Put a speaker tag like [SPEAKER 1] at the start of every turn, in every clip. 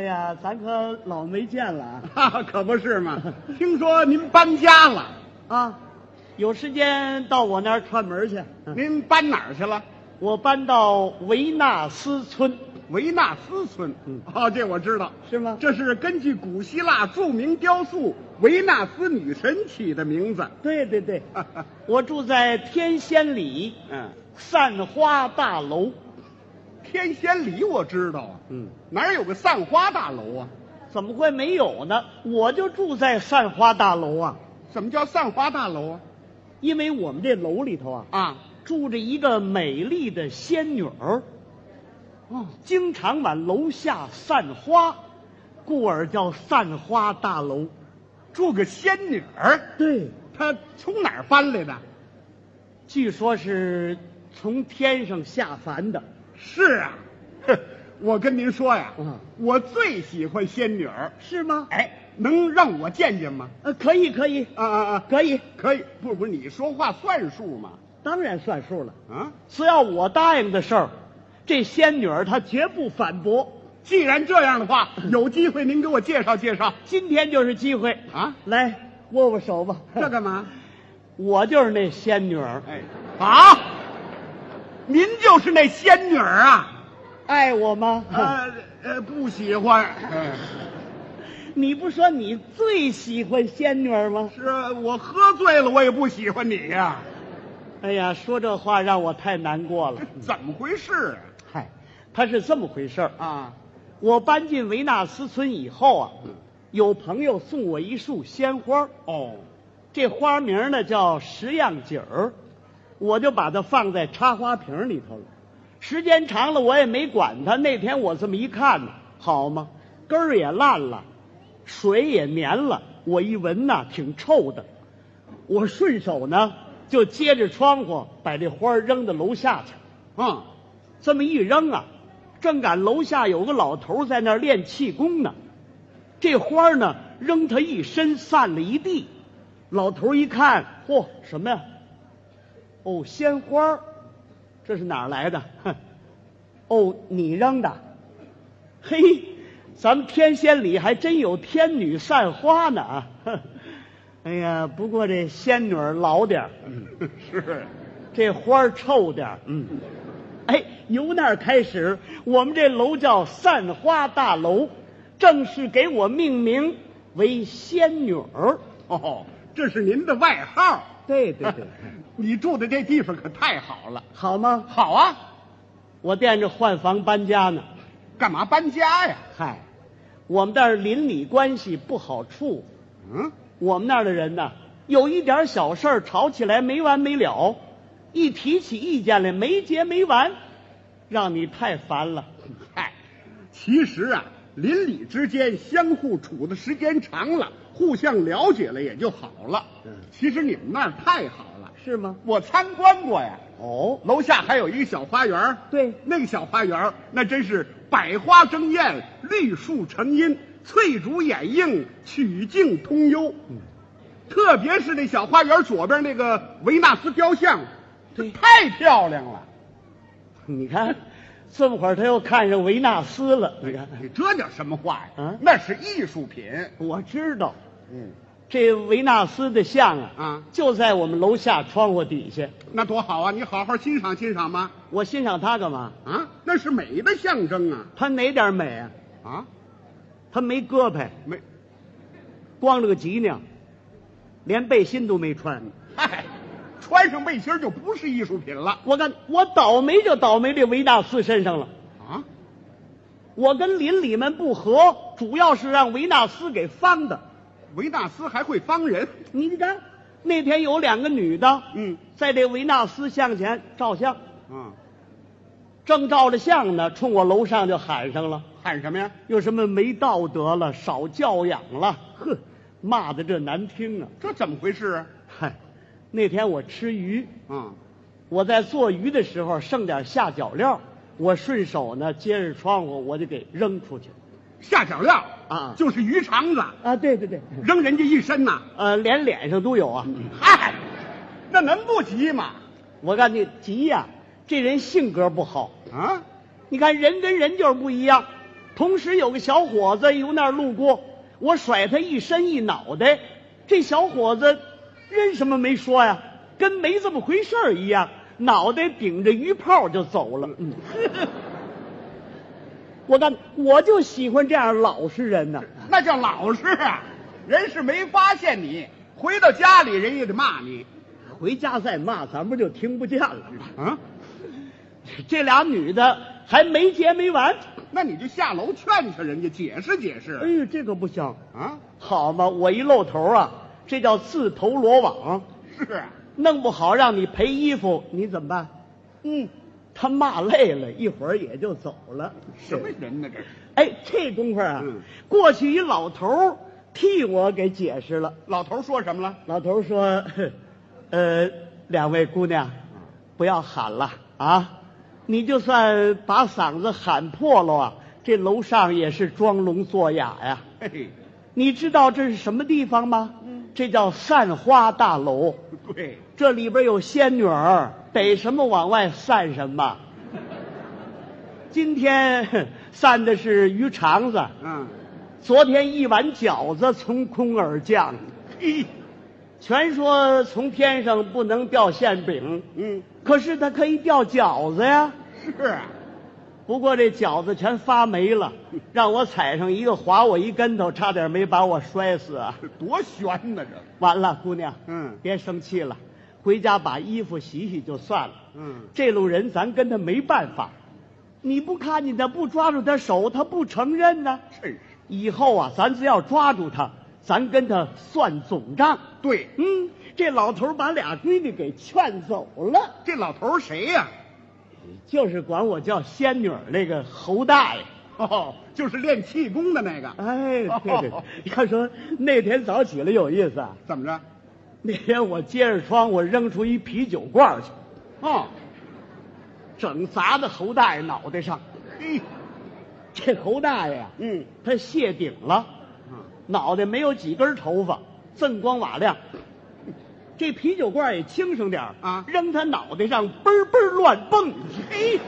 [SPEAKER 1] 哎呀，咱可老没见了啊
[SPEAKER 2] 哈， 可不是嘛！听说您搬家了，
[SPEAKER 1] 啊！嗯有时间到我那儿串门去。
[SPEAKER 2] 您搬哪儿去了？
[SPEAKER 1] 我搬到维纳斯村，
[SPEAKER 2] 维纳斯村。
[SPEAKER 1] 嗯
[SPEAKER 2] 哦，这我知道，
[SPEAKER 1] 是吗
[SPEAKER 2] 这是根据古希腊著名雕塑维纳斯女神起的名字。
[SPEAKER 1] 对对对，我住在天仙里
[SPEAKER 2] 嗯，
[SPEAKER 1] 散花大楼。
[SPEAKER 2] 天仙里我知道啊，
[SPEAKER 1] 嗯，
[SPEAKER 2] 哪儿有个散花大楼啊？
[SPEAKER 1] 怎么会没有呢？我就住在散花大楼啊，
[SPEAKER 2] 怎么叫散花大楼啊？
[SPEAKER 1] 因为我们这楼里头啊，
[SPEAKER 2] 啊，
[SPEAKER 1] 住着一个美丽的仙女儿，
[SPEAKER 2] 哦，
[SPEAKER 1] 经常往楼下散花，故而叫散花大楼。
[SPEAKER 2] 住个仙女儿，
[SPEAKER 1] 对。
[SPEAKER 2] 她从哪儿搬来的？
[SPEAKER 1] 据说是从天上下凡的。
[SPEAKER 2] 是啊，哼我跟您说呀，
[SPEAKER 1] 嗯
[SPEAKER 2] 我最喜欢仙女儿。
[SPEAKER 1] 是吗？
[SPEAKER 2] 哎，能让我见见吗？
[SPEAKER 1] 呃，可以，可以，
[SPEAKER 2] 啊啊啊！
[SPEAKER 1] 可以，
[SPEAKER 2] 可以，不是不是，你说话算数吗？
[SPEAKER 1] 当然算数了。
[SPEAKER 2] 啊，
[SPEAKER 1] 只要我答应的事儿，这仙女儿她绝不反驳。
[SPEAKER 2] 既然这样的话，有机会您给我介绍介绍
[SPEAKER 1] 今天就是机会，
[SPEAKER 2] 啊。
[SPEAKER 1] 来握握手吧。
[SPEAKER 2] 这干嘛？
[SPEAKER 1] 我就是那仙女儿，
[SPEAKER 2] 哎，好，您就是那仙女儿啊？
[SPEAKER 1] 爱我吗？
[SPEAKER 2] 呃呃，不喜欢。
[SPEAKER 1] 你不说你最喜欢仙女儿吗？
[SPEAKER 2] 是我喝醉了，我也不喜欢你呀、
[SPEAKER 1] 哎呀，说这话让我太难过了。
[SPEAKER 2] 怎么回事
[SPEAKER 1] 嗨，她是这么回事儿
[SPEAKER 2] 啊？啊，
[SPEAKER 1] 我搬进维纳斯村以后啊，
[SPEAKER 2] 嗯
[SPEAKER 1] 有朋友送我一束鲜花，
[SPEAKER 2] 哦，
[SPEAKER 1] 这花名呢叫十样锦儿，我就把它放在插花瓶里头了。时间长了，我也没管它。那天我这么一看呢，好嘛，根儿也烂了，水也粘了，我一闻呐，挺臭的。我顺手呢就接着窗户把这花儿扔到楼下去了。
[SPEAKER 2] 嗯，
[SPEAKER 1] 这么一扔啊，正赶楼下有个老头在那儿练气功呢。这花儿呢，扔他一身，散了一地。老头一看，嚯，什么呀？哦，鲜花儿这是哪儿来的？哼，哦，你扔的？嘿，咱们天仙里还真有天女散花呢啊！哼哎呀，不过这仙女儿老点儿，
[SPEAKER 2] 是，
[SPEAKER 1] 这花儿臭点儿，
[SPEAKER 2] 嗯，
[SPEAKER 1] 哎，由那儿开始，我们这楼叫散花大楼，正式给我命名为仙女儿。
[SPEAKER 2] 哦，这是您的外号。
[SPEAKER 1] 对
[SPEAKER 2] 你住的这地方可太好了。
[SPEAKER 1] 好吗？
[SPEAKER 2] 好啊，
[SPEAKER 1] 我惦着换房搬家呢。
[SPEAKER 2] 干嘛搬家呀？
[SPEAKER 1] 嗨，我们这儿邻里关系不好处，
[SPEAKER 2] 嗯，
[SPEAKER 1] 我们那儿的人呢，有一点小事儿吵起来没完没了，一提起意见来没结没完，让你太烦了。哎
[SPEAKER 2] 嗨，其实啊，邻里之间相互处的时间长了，互相了解了也就好了。
[SPEAKER 1] 嗯
[SPEAKER 2] 其实你们那儿太好了，
[SPEAKER 1] 是吗？
[SPEAKER 2] 我参观过呀。
[SPEAKER 1] 哦，
[SPEAKER 2] 楼下还有一个小花园儿，
[SPEAKER 1] 对
[SPEAKER 2] 那个小花园儿那真是百花争艳，绿树成荫，翠竹掩映，曲径通幽。
[SPEAKER 1] 嗯
[SPEAKER 2] 特别是那小花园左边那个维纳斯雕像，这
[SPEAKER 1] 对
[SPEAKER 2] 太漂亮了。
[SPEAKER 1] 你看，这么会儿他又看上维纳斯了。你看，
[SPEAKER 2] 你这叫什么话呀？
[SPEAKER 1] 嗯
[SPEAKER 2] 那是艺术品。
[SPEAKER 1] 我知道
[SPEAKER 2] 嗯，
[SPEAKER 1] 这维纳斯的像啊，
[SPEAKER 2] 啊
[SPEAKER 1] 就在我们楼下窗户底下。
[SPEAKER 2] 那多好啊！你好好欣赏欣赏吧。
[SPEAKER 1] 我欣赏它干嘛？
[SPEAKER 2] 啊，那是美的象征啊！
[SPEAKER 1] 它哪点美啊？
[SPEAKER 2] 啊，
[SPEAKER 1] 它没胳膊，
[SPEAKER 2] 没，
[SPEAKER 1] 光着个脊梁，连背心都没穿。
[SPEAKER 2] 嗨，穿上背心儿就不是艺术品了
[SPEAKER 1] 我看我倒霉就倒霉这维纳斯身上了。
[SPEAKER 2] 啊。
[SPEAKER 1] 我跟邻里们不和，主要是让维纳斯给方的。
[SPEAKER 2] 维纳斯还会方人，
[SPEAKER 1] 你看，那天有两个女的，
[SPEAKER 2] 嗯，
[SPEAKER 1] 在这维纳斯像前照相，
[SPEAKER 2] 啊，
[SPEAKER 1] 正照着相呢，冲我楼上就喊上了。
[SPEAKER 2] 喊什么呀？
[SPEAKER 1] 又什么没道德了、少教养了，哼，骂的这难听啊！
[SPEAKER 2] 这怎么回事啊？
[SPEAKER 1] 嗨，那天我吃鱼，
[SPEAKER 2] 啊，
[SPEAKER 1] 我在做鱼的时候剩点下脚料，我顺手呢接着窗户我就给扔出去
[SPEAKER 2] 下脚料
[SPEAKER 1] 啊
[SPEAKER 2] 就是鱼肠子，
[SPEAKER 1] 啊！对对对，
[SPEAKER 2] 扔人家一身呐。
[SPEAKER 1] 呃，连脸上都有啊！
[SPEAKER 2] 嗨，那能不急吗？
[SPEAKER 1] 我告诉你，急呀、这人性格不好。
[SPEAKER 2] 啊，
[SPEAKER 1] 你看人跟人就是不一样，同时有个小伙子由那儿路过，我甩他一身一脑袋，这小伙子认什么没说呀？跟没这么回事儿一样，脑袋顶着鱼泡就走了。 嗯，我干，我就喜欢这样老实人呐、
[SPEAKER 2] 那叫老实啊。人是没发现你，回到家里人也得骂你。
[SPEAKER 1] 回家再骂，咱们就听不见了。
[SPEAKER 2] 啊，
[SPEAKER 1] 这俩女的还没结没完。
[SPEAKER 2] 那你就下楼劝劝人家，解释解
[SPEAKER 1] 哎
[SPEAKER 2] 释。
[SPEAKER 1] 呦，这可不行，
[SPEAKER 2] 啊，
[SPEAKER 1] 好嘛，我一露头啊，这叫自投罗网，
[SPEAKER 2] 是啊，
[SPEAKER 1] 弄不好让你赔衣服，你怎么办？
[SPEAKER 2] 嗯，
[SPEAKER 1] 他骂累了，一会儿也就走了。
[SPEAKER 2] 什么人呢这是？
[SPEAKER 1] 哎，这功夫啊，
[SPEAKER 2] 嗯
[SPEAKER 1] 过去一老头儿替我给解释了。
[SPEAKER 2] 老头说什么了？
[SPEAKER 1] 老头儿说：“ 呃，两位姑娘，不要喊了啊！你就算把嗓子喊破了啊，这楼上也是装聋作哑呀。
[SPEAKER 2] 嘿嘿，
[SPEAKER 1] 你知道这是什么地方吗？
[SPEAKER 2] 嗯
[SPEAKER 1] 这叫散花大楼，
[SPEAKER 2] 对，
[SPEAKER 1] 这里边有仙女儿，逮什么往外散什么。今天散的是鱼肠子，
[SPEAKER 2] 嗯，
[SPEAKER 1] 昨天一碗饺子从空而降。”
[SPEAKER 2] 嘿，
[SPEAKER 1] 全说从天上不能掉馅饼，
[SPEAKER 2] 嗯，
[SPEAKER 1] 可是它可以掉饺子呀。
[SPEAKER 2] 是啊，
[SPEAKER 1] 不过这饺子全发霉了，让我踩上一个，划我一跟头，差点没把我摔死啊！
[SPEAKER 2] 这多悬呢这。
[SPEAKER 1] 完了，姑娘，
[SPEAKER 2] 嗯
[SPEAKER 1] 别生气了，回家把衣服洗洗就算了。
[SPEAKER 2] 嗯
[SPEAKER 1] 这路人咱跟他没办法，你不看见他，不抓住他手，他不承认呢、
[SPEAKER 2] 真是。
[SPEAKER 1] 以后啊，咱只要抓住他，咱跟他算总账。
[SPEAKER 2] 对，
[SPEAKER 1] 嗯，这老头儿把俩闺女给劝走了，
[SPEAKER 2] 这老头谁呀、
[SPEAKER 1] 就是管我叫仙女儿那个侯大爷。
[SPEAKER 2] 哦，就是练气功的那个。
[SPEAKER 1] 哎，对对
[SPEAKER 2] 哦，
[SPEAKER 1] 要说那天早起来有意思啊。
[SPEAKER 2] 怎么着？
[SPEAKER 1] 那天我接着窗，我扔出一啤酒罐儿去，
[SPEAKER 2] 哦，
[SPEAKER 1] 整砸在侯大爷脑袋上。
[SPEAKER 2] 嘿，
[SPEAKER 1] 这侯大爷啊，
[SPEAKER 2] 嗯，啊
[SPEAKER 1] 他谢顶了，脑袋没有几根头发，锃光瓦亮。这啤酒罐儿也轻省点儿
[SPEAKER 2] 啊
[SPEAKER 1] 扔他脑袋上，嘣儿嘣儿乱蹦。
[SPEAKER 2] 嘿，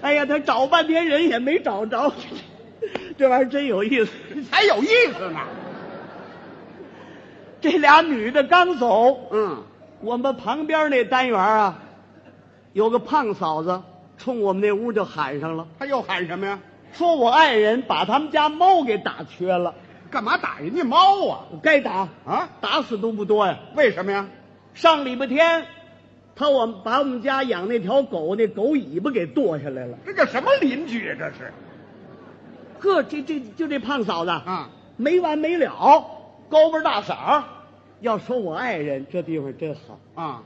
[SPEAKER 1] 哎呀，他找半天人也没找着， 这玩意儿真有意思。
[SPEAKER 2] 才有意思呢。
[SPEAKER 1] 这俩女的刚走，
[SPEAKER 2] 嗯，
[SPEAKER 1] 我们旁边那单元啊，有个胖嫂子冲我们那屋就喊上了，
[SPEAKER 2] 他又喊什么呀？
[SPEAKER 1] 说我爱人把他们家猫给打瘸了，
[SPEAKER 2] 干嘛打人家猫啊？
[SPEAKER 1] 我该打
[SPEAKER 2] 啊
[SPEAKER 1] 打死都不多呀。
[SPEAKER 2] 为什么呀？
[SPEAKER 1] 上礼拜天，他我们把我们家养那条狗那狗尾巴给剁下来了。
[SPEAKER 2] 这叫什么邻居啊？这是
[SPEAKER 1] 呵，这这就这胖嫂子
[SPEAKER 2] 啊，
[SPEAKER 1] 没完没了，高倍儿大嗓儿。要说我爱人，这地方真好。
[SPEAKER 2] 啊，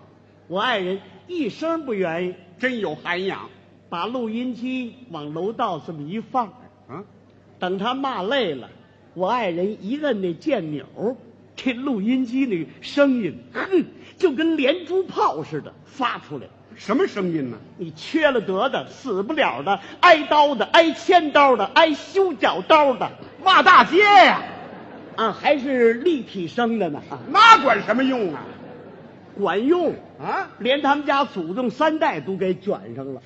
[SPEAKER 1] 我爱人一声不愿意，
[SPEAKER 2] 真有涵养。
[SPEAKER 1] 把录音机往楼道这么一放，
[SPEAKER 2] 啊，
[SPEAKER 1] 等他骂累了，我爱人一摁那键钮，这录音机那个声音，哼，就跟连珠炮似的发出来。
[SPEAKER 2] 什么声音呢？
[SPEAKER 1] 你缺了德的，死不了的，挨刀的，挨千刀的，挨修脚刀的，
[SPEAKER 2] 骂大街呀、
[SPEAKER 1] 啊，还是立体声的呢，啊，
[SPEAKER 2] 那管什么用啊？
[SPEAKER 1] 管用。
[SPEAKER 2] 啊，
[SPEAKER 1] 连他们家祖宗三代都给卷上了。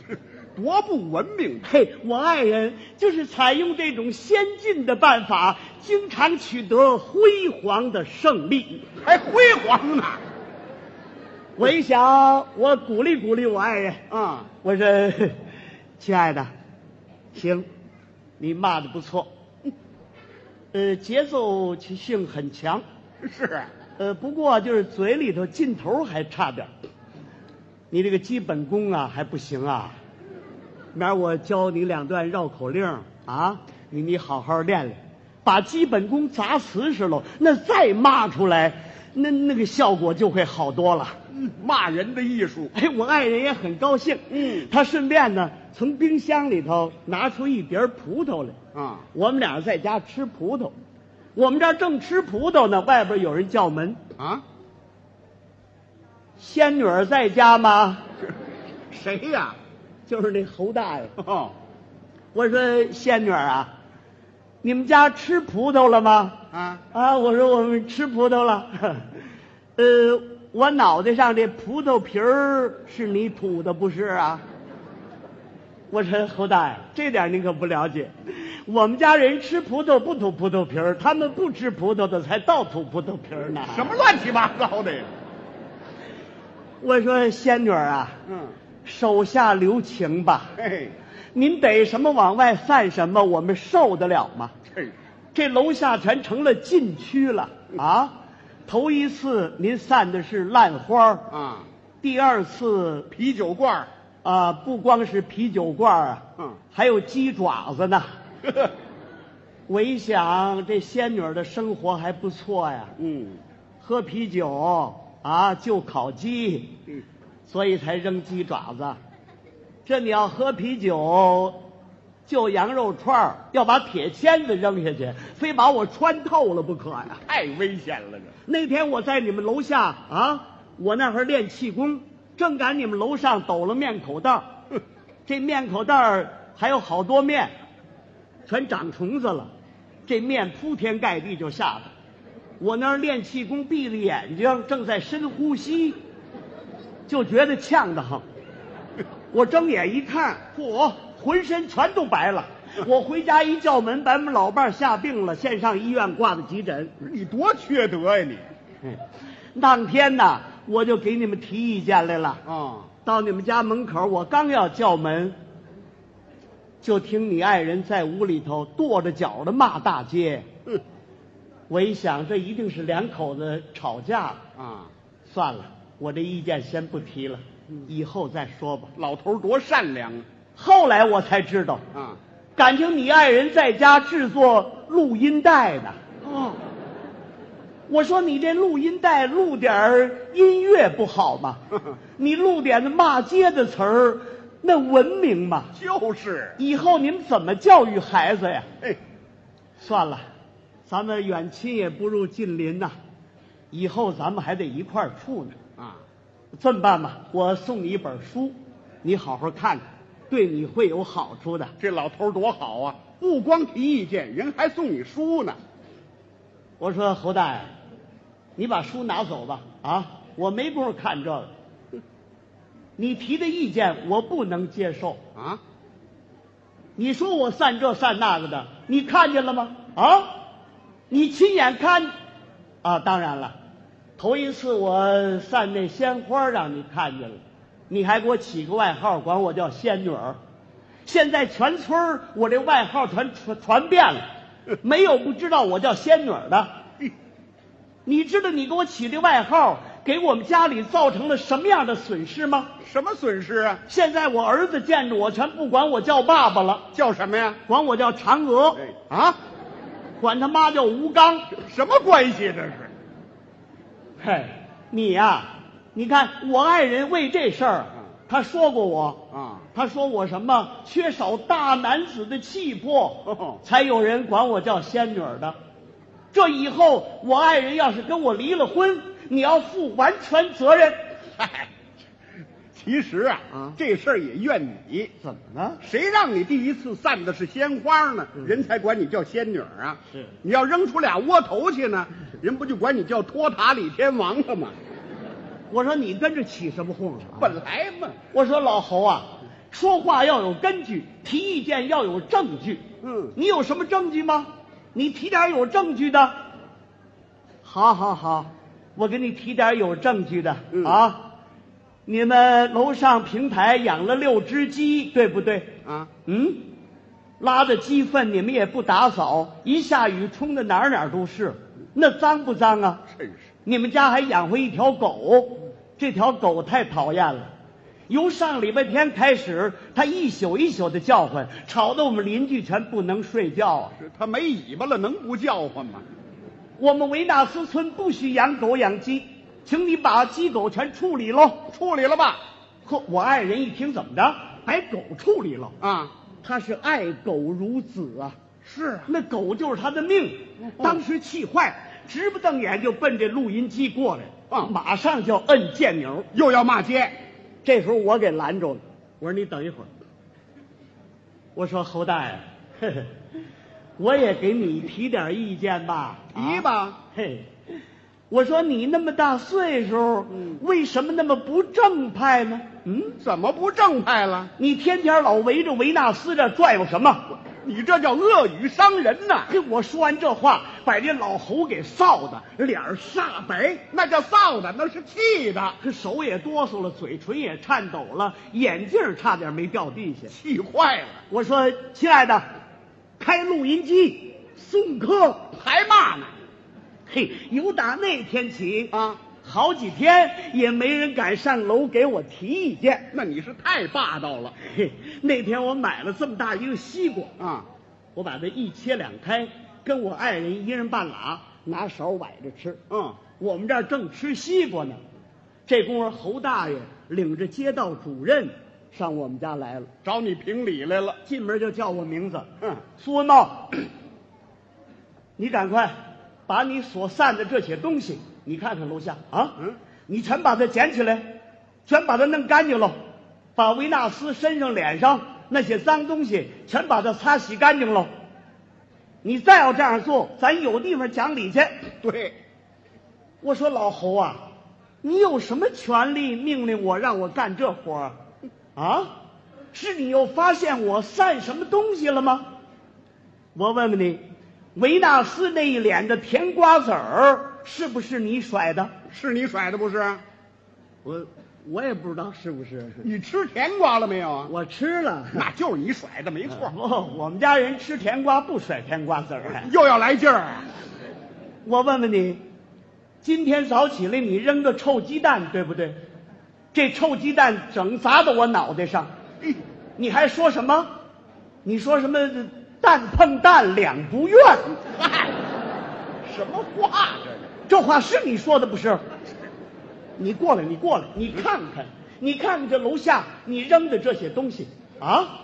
[SPEAKER 2] 多不文明！
[SPEAKER 1] 嘿，我爱人就是采用这种先进的办法，经常取得辉煌的胜利。
[SPEAKER 2] 还辉煌呢。
[SPEAKER 1] 我一想，我鼓励鼓励我爱人，
[SPEAKER 2] 啊，
[SPEAKER 1] 我说：“ 亲爱的，行，你骂的不错，呃，节奏性很强，
[SPEAKER 2] 是啊，
[SPEAKER 1] 呃，不过就是嘴里头劲头还差点儿，你这个基本功啊还不行啊。明儿我教你两段绕口令儿啊，你你好好练练，把基本功砸瓷实喽，那再骂出来，那那个效果就会好多了。
[SPEAKER 2] 嗯骂人的艺术。
[SPEAKER 1] 哎，我爱人也很高兴，
[SPEAKER 2] 嗯
[SPEAKER 1] 他顺便呢从冰箱里头拿出一碟儿葡萄来。
[SPEAKER 2] 啊，
[SPEAKER 1] 我们俩在家吃葡萄，我们这儿正吃葡萄呢，外边有人叫门。
[SPEAKER 2] 啊，
[SPEAKER 1] 仙女儿在家吗？
[SPEAKER 2] 谁呀、
[SPEAKER 1] 就是那侯大爷。
[SPEAKER 2] 哦，
[SPEAKER 1] 我说仙女儿啊，你们家吃葡萄了吗？
[SPEAKER 2] 啊，
[SPEAKER 1] 啊，我说我们吃葡萄了。 呃，我脑袋上这葡萄皮儿是你吐的不是啊？我说侯大爷，这点您可不了解。我们家人吃葡萄不吐葡萄皮儿，他们不吃葡萄的才倒吐葡萄皮儿呢。
[SPEAKER 2] 什么？乱七八糟的呀？
[SPEAKER 1] 我说仙女儿啊，
[SPEAKER 2] 嗯，
[SPEAKER 1] 手下留情吧，
[SPEAKER 2] 嘿，
[SPEAKER 1] 您逮什么往外散什么，我们受得了吗？
[SPEAKER 2] 嘿，
[SPEAKER 1] 这楼下全成了禁区了啊！头一次您散的是烂花儿
[SPEAKER 2] 啊，
[SPEAKER 1] 第二次
[SPEAKER 2] 啤酒罐儿
[SPEAKER 1] 啊，不光是啤酒罐儿啊，
[SPEAKER 2] 嗯
[SPEAKER 1] 还有鸡爪子呢。
[SPEAKER 2] 呵呵，
[SPEAKER 1] 我一想，这仙女儿的生活还不错呀，
[SPEAKER 2] 嗯
[SPEAKER 1] 喝啤酒啊，就烤鸡，
[SPEAKER 2] 嗯，
[SPEAKER 1] 所以才扔鸡爪子。这你要喝啤酒，就羊肉串儿，要把铁签子扔下去，非把我穿透了不可呀。
[SPEAKER 2] 太危险了这。
[SPEAKER 1] 那天我在你们楼下啊，我那会儿练气功，正赶你们楼上抖了面口袋儿， 这面口袋儿还有好多面，全长虫子了，这面铺天盖地就下来。我那儿练气功，闭着眼睛，正在深呼吸，就觉得呛得很。我睁眼一看，嚯，浑身全都白了。我回家一叫门，把我们老伴儿吓病了，先上医院挂的急诊。
[SPEAKER 2] 你多缺德呀你！
[SPEAKER 1] 嗯，当天呐，我就给你们提意见来了。
[SPEAKER 2] 啊，
[SPEAKER 1] 到你们家门口，我刚要叫门，就听你爱人在屋里头跺着脚的骂大街。
[SPEAKER 2] 哼
[SPEAKER 1] 我一想，这一定是两口子吵架了。
[SPEAKER 2] 啊，
[SPEAKER 1] 算了，我这意见先不提了，以后再说吧。
[SPEAKER 2] 老头儿多善良啊！
[SPEAKER 1] 后来我才知道，
[SPEAKER 2] 啊，
[SPEAKER 1] 感情你爱人在家制作录音带呢。
[SPEAKER 2] 哦，
[SPEAKER 1] 我说你这录音带录点儿音乐不好吗？你录点那骂街的词儿，那文明吗？
[SPEAKER 2] 就是，
[SPEAKER 1] 以后你们怎么教育孩子呀？
[SPEAKER 2] 哎，
[SPEAKER 1] 算了，咱们远亲也不如近邻呐、以后咱们还得一块儿处呢。
[SPEAKER 2] 啊，
[SPEAKER 1] 这么办吧，我送你一本书，你好好看看，对你会有好处的。
[SPEAKER 2] 这老头儿多好啊！不光提意见，人还送你书呢。
[SPEAKER 1] 我说侯大爷，你把书拿走吧，啊，我没工夫看这个。你提的意见我不能接受。
[SPEAKER 2] 啊，
[SPEAKER 1] 你说我散这散那个的，你看见了吗？啊，你亲眼看啊？当然了，头一次我散那鲜花让你看见了，你还给我起个外号，管我叫仙女儿。现在全村儿我这外号全传传遍了，没有不知道我叫仙女儿的。你知道你给我起这外号给我们家里造成了什么样的损失吗？
[SPEAKER 2] 什么损失啊？
[SPEAKER 1] 现在我儿子见着我全不管我叫爸爸了。
[SPEAKER 2] 叫什么呀？
[SPEAKER 1] 管我叫嫦娥，
[SPEAKER 2] 哎啊，
[SPEAKER 1] 管他妈叫吴刚。
[SPEAKER 2] 什么关系这是？
[SPEAKER 1] 嘿，你呀、你看我爱人为这事儿
[SPEAKER 2] 嗯，
[SPEAKER 1] 他说过我，
[SPEAKER 2] 啊，
[SPEAKER 1] 他说我什么缺少大男子的气
[SPEAKER 2] 哦
[SPEAKER 1] 魄，才有人管我叫仙女儿的。这以后我爱人要是跟我离了婚，你要负完全责任。
[SPEAKER 2] 嗨，其实啊，
[SPEAKER 1] 啊
[SPEAKER 2] 这事儿也怨你。
[SPEAKER 1] 怎么了？
[SPEAKER 2] 谁让你第一次散的是鲜花呢？人才管你叫仙女儿啊！
[SPEAKER 1] 是
[SPEAKER 2] 你要扔出俩窝头去呢，人不就管你叫托塔李天王了吗？
[SPEAKER 1] 我说你跟着起什么哄啊？
[SPEAKER 2] 本来嘛，
[SPEAKER 1] 我说老侯啊，说话要有根据，提意见要有证据。
[SPEAKER 2] 嗯
[SPEAKER 1] 你有什么证据吗？你提点有证据的。好好好，我给你提点有证据的、
[SPEAKER 2] 嗯
[SPEAKER 1] 啊。你们楼上平台养了六只鸡，对不对？
[SPEAKER 2] 啊，
[SPEAKER 1] 嗯，拉着鸡粪你们也不打扫，一下雨冲的哪儿哪儿都是，那脏不脏啊？
[SPEAKER 2] 真是
[SPEAKER 1] 你们家还养活一条狗，这条狗太讨厌了。由上礼拜天开始，它一宿一宿的叫唤，吵得我们邻居全不能睡觉啊。
[SPEAKER 2] 是他没尾巴了，能不叫唤吗？
[SPEAKER 1] 我们维纳斯村不许养狗养鸡，请你把鸡狗全处理喽。
[SPEAKER 2] 处理了吧？
[SPEAKER 1] 呵，我爱人一听怎么着，把狗处理了，
[SPEAKER 2] 啊，
[SPEAKER 1] 他是爱狗如子啊。
[SPEAKER 2] 是啊，
[SPEAKER 1] 那狗就是他的命，
[SPEAKER 2] 哦
[SPEAKER 1] 当时气坏了，直不瞪眼就奔这录音机过来，
[SPEAKER 2] 啊
[SPEAKER 1] 马上就摁键钮。
[SPEAKER 2] 又要骂街。
[SPEAKER 1] 这时候我给拦住了，我说你等一会儿。我说侯大爷，呵呵我也给你提点意见吧，
[SPEAKER 2] 提
[SPEAKER 1] 啊
[SPEAKER 2] 吧
[SPEAKER 1] 嘿，我说你那么大岁数，为什么那么不正派呢？嗯，
[SPEAKER 2] 怎么不正派了？
[SPEAKER 1] 你天天老围着维纳斯这转悠什么？
[SPEAKER 2] 你这叫恶语伤人呐！
[SPEAKER 1] 嘿，我说完这话，把这老侯给臊的，脸儿煞白，
[SPEAKER 2] 那叫臊的，那是气的，
[SPEAKER 1] 手也哆嗦了，嘴唇也颤抖了，眼镜儿差点没掉地下。
[SPEAKER 2] 气坏了，
[SPEAKER 1] 我说：“亲爱的，开录音机，送客。
[SPEAKER 2] 还骂呢。”
[SPEAKER 1] 嘿，由打那天起
[SPEAKER 2] 啊，
[SPEAKER 1] 好几天也没人敢上楼给我提意见。
[SPEAKER 2] 那你是太霸道了
[SPEAKER 1] 嘿，那天我买了这么大一个西瓜，
[SPEAKER 2] 啊！
[SPEAKER 1] 我把它一切两开，跟我爱人一人半拉，拿勺崴着吃。
[SPEAKER 2] 嗯，
[SPEAKER 1] 我们这儿正吃西瓜呢，这功夫侯大爷领着街道主任上我们家来了，
[SPEAKER 2] 找你评理来了。
[SPEAKER 1] 进门就叫我名字。
[SPEAKER 2] 嗯，
[SPEAKER 1] 苏文茂，你赶快把你所散的这些东西，你看看楼下啊，
[SPEAKER 2] 嗯，
[SPEAKER 1] 你全把它捡起来，全把它弄干净喽，把维纳斯身上、脸上那些脏东西全把它擦洗干净喽。你再要这样做，咱有地方讲理去。
[SPEAKER 2] 对，
[SPEAKER 1] 我说老侯啊，你有什么权利命令我让我干这活儿啊？啊，是你又发现我散什么东西了吗？我问问你，维纳斯那一脸的甜瓜子儿是不是你甩的？
[SPEAKER 2] 是你甩的不是？
[SPEAKER 1] 我我也不知道是不是，
[SPEAKER 2] 你吃甜瓜了没有啊？
[SPEAKER 1] 我吃了。
[SPEAKER 2] 那就是你甩的，没错。
[SPEAKER 1] 不，我们家人吃甜瓜不甩甜瓜子儿。
[SPEAKER 2] 又要来劲儿啊！
[SPEAKER 1] 我问问你，今天早起来你扔个臭鸡蛋，对不对？这臭鸡蛋整砸到我脑袋上，
[SPEAKER 2] 哎
[SPEAKER 1] 你还说什么？你说什么蛋碰蛋两不怨？
[SPEAKER 2] 嗨，什么话这是？
[SPEAKER 1] 这话是你说的不是？你过来，你过来，你看看，你看看这楼下你扔的这些东西啊，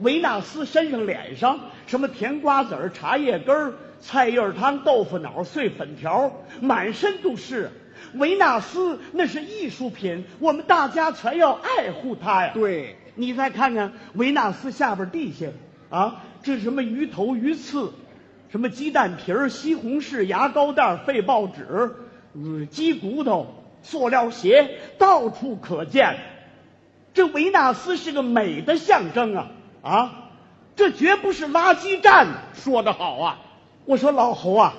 [SPEAKER 1] 维纳斯身上、脸上，什么甜瓜子儿、茶叶根儿、菜叶汤、豆腐脑、碎粉条，满身都是。维纳斯那是艺术品，我们大家全要爱护它呀。
[SPEAKER 2] 对，
[SPEAKER 1] 你再看看维纳斯下边地下啊，这什么鱼头、鱼刺，什么鸡蛋皮儿、西红柿、牙膏袋、废报纸、嗯、鸡骨头、塑料鞋，到处可见。这维纳斯是个美的象征啊啊！这绝不是垃圾站。
[SPEAKER 2] 说得好啊！
[SPEAKER 1] 我说老侯啊，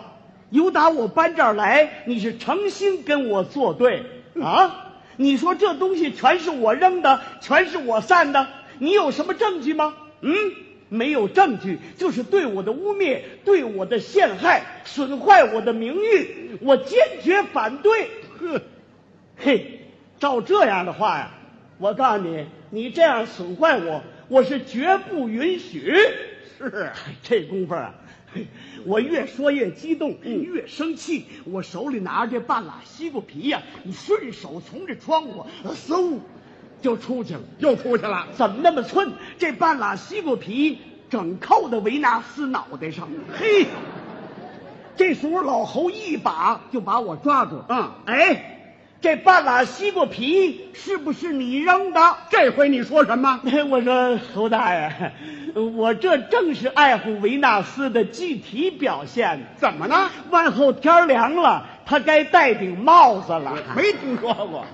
[SPEAKER 1] 由打我搬这儿来，你是诚心跟我作对啊！你说这东西全是我扔的，全是我散的，你有什么证据吗？嗯，没有证据，就是对我的污蔑，对我的陷害，损坏我的名誉，我坚决反对。
[SPEAKER 2] 呵，
[SPEAKER 1] 嘿，照这样的话呀，我告诉你，你这样损坏我，我是绝不允许。
[SPEAKER 2] 是啊，
[SPEAKER 1] 这功夫啊，嘿我越说越激动，越生气。我手里拿着这半拉西瓜皮呀、你顺手从这窗户呃嗖就出去了。
[SPEAKER 2] 又出去了。
[SPEAKER 1] 怎么那么寸？这半拉西瓜皮整扣在维纳斯脑袋上。嘿，这时候老侯一把就把我抓住。
[SPEAKER 2] 嗯
[SPEAKER 1] 哎，这半拉西瓜皮是不是你扔的？
[SPEAKER 2] 这回你说什么？
[SPEAKER 1] 我说侯大爷，我这正是爱护维纳斯的具体表现呢。
[SPEAKER 2] 怎么呢？
[SPEAKER 1] 往后天儿凉了，他该戴顶帽子了。
[SPEAKER 2] 没听说过。